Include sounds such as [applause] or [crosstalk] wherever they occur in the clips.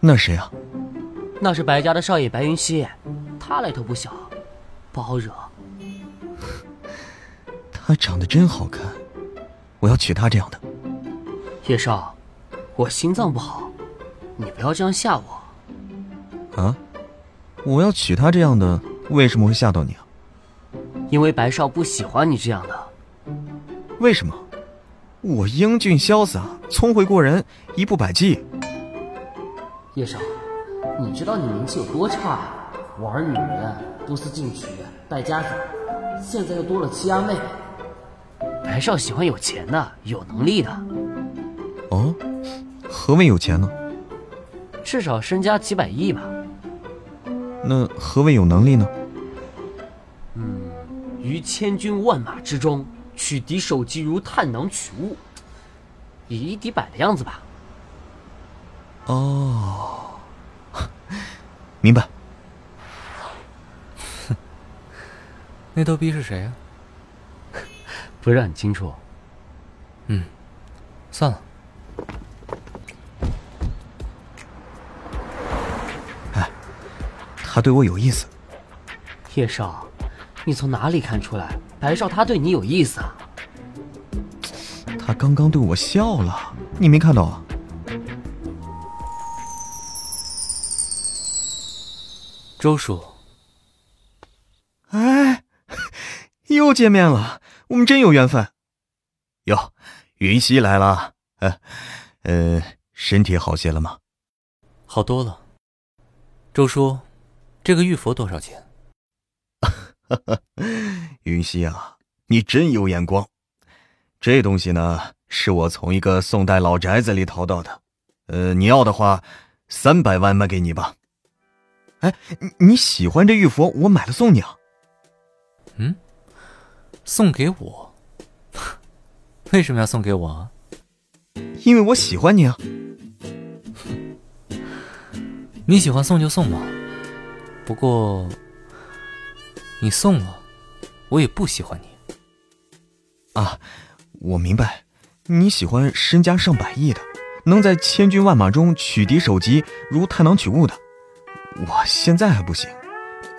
那谁啊？那是白家的少爷白云溪，他来头不小，不好惹。她长得真好看，我要娶她这样的。叶少，我心脏不好，你不要这样吓我。啊，我要娶她这样的，为什么会吓到你啊？因为白少不喜欢你这样的。为什么？我英俊潇洒，聪慧过人，一步百计。叶少，你知道你名气有多差呀、玩女人、不思进取、败家子，现在又多了欺压妹。白少喜欢有钱的、有能力的，哦，何谓有钱呢？至少身家几百亿吧。那何谓有能力呢？于千军万马之中，取敌首级如探囊取物，以一敌百的样子吧。哦，明白。那逗逼是谁啊？ [laughs] 不是很清楚。嗯算了，他对我有意思，叶少，你从哪里看出来白少他对你有意思啊？他刚刚对我笑了，你没看到啊？周叔，哎， [laughs] 又见面了，我们真有缘分。哟，云溪来了，呃，呃，身体好些了吗？好多了。周叔，这个玉佛多少钱？ [laughs] 云溪啊，你真有眼光。这东西呢，是我从一个宋代老宅子里淘到的。呃，你要的话，三百万卖给你吧。哎，你你喜欢这玉佛，我买了送你啊。送给我？为什么要送给我啊？因为我喜欢你啊。你喜欢送就送吧。不过，你送了，我也不喜欢你。啊，我明白，你喜欢身家上百亿的，能在千军万马中取敌首级，如探囊取物的。我现在还不行，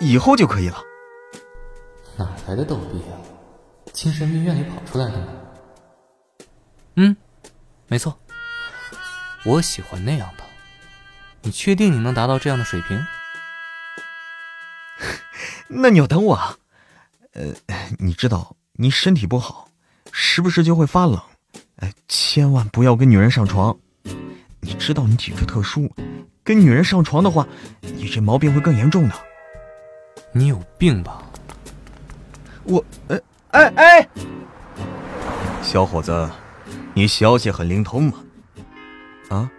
以后就可以了。哪来的逗逼啊？精神病院里跑出来的吗？嗯，没错，我喜欢那样的。你确定你能达到这样的水平？那你要等我啊。呃，你知道你身体不好，时不时就会发冷，哎，千万不要跟女人上床。你知道你体质特殊，跟女人上床的话，你这毛病会更严重的。你有病吧？我，哎哎哎，小伙子，你消息很灵通嘛？啊，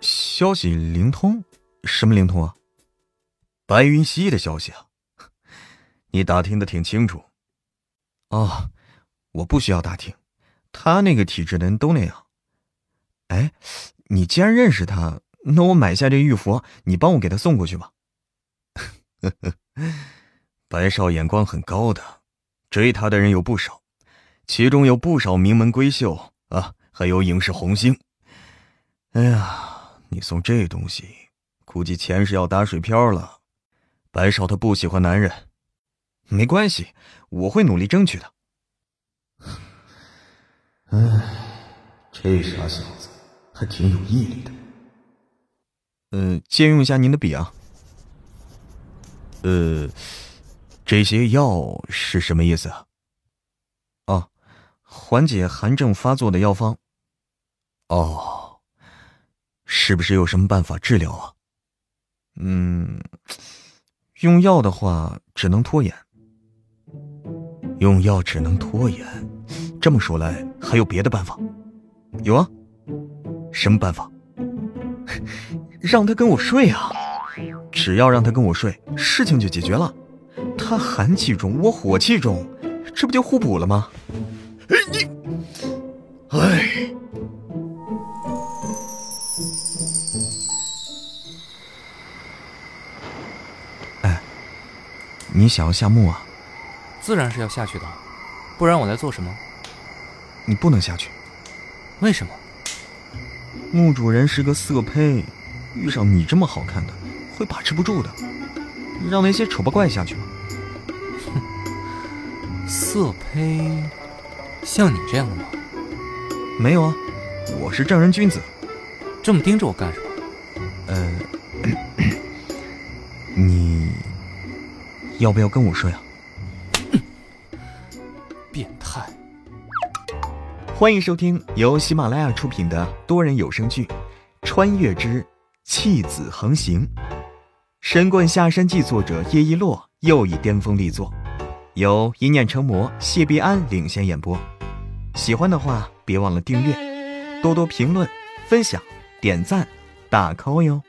消息灵通？什么灵通啊？白云溪的消息啊，你打听的挺清楚。哦，我不需要打听，他那个体质的人都那样。哎，你既然认识他，那我买下这玉佛，你帮我给他送过去吧。 [laughs] 白少眼光很高的，追他的人有不少，其中有不少名门闺秀啊，还有影视红星。哎呀，你送这东西，估计前世要打水漂了。白少他不喜欢男人，没关系，我会努力争取的。哎，这傻小子还挺有毅力的。呃，借用一下您的笔啊。呃，这些药是什么意思啊？哦，缓解寒症发作的药方。哦，是不是有什么办法治疗啊？嗯，用药的话只能拖延。用药只能拖延，这么说来还有别的办法？有啊，什么办法？ [laughs] 让他跟我睡啊！只要让他跟我睡，事情就解决了。他寒气重，我火气重，这不就互补了吗？你，哎，哎，你想要下墓啊？自然是要下去的，不然我来做什么？你不能下去，为什么？墓主人是个色胚，遇上你这么好看的，会把持不住的，让那些丑八怪下去吧。色胚，像你这样的吗？没有啊，我是正人君子。这么盯着我干什么？呃，你要不要跟我睡啊？变态！欢迎收听由喜马拉雅出品的多人有声剧《穿越之弃子横行》，《神棍下山记》作者叶一洛又一巅峰力作，由一念成魔、谢必安领衔演播。喜欢的话，别忘了订阅、多多评论、分享、点赞、打 call 哟！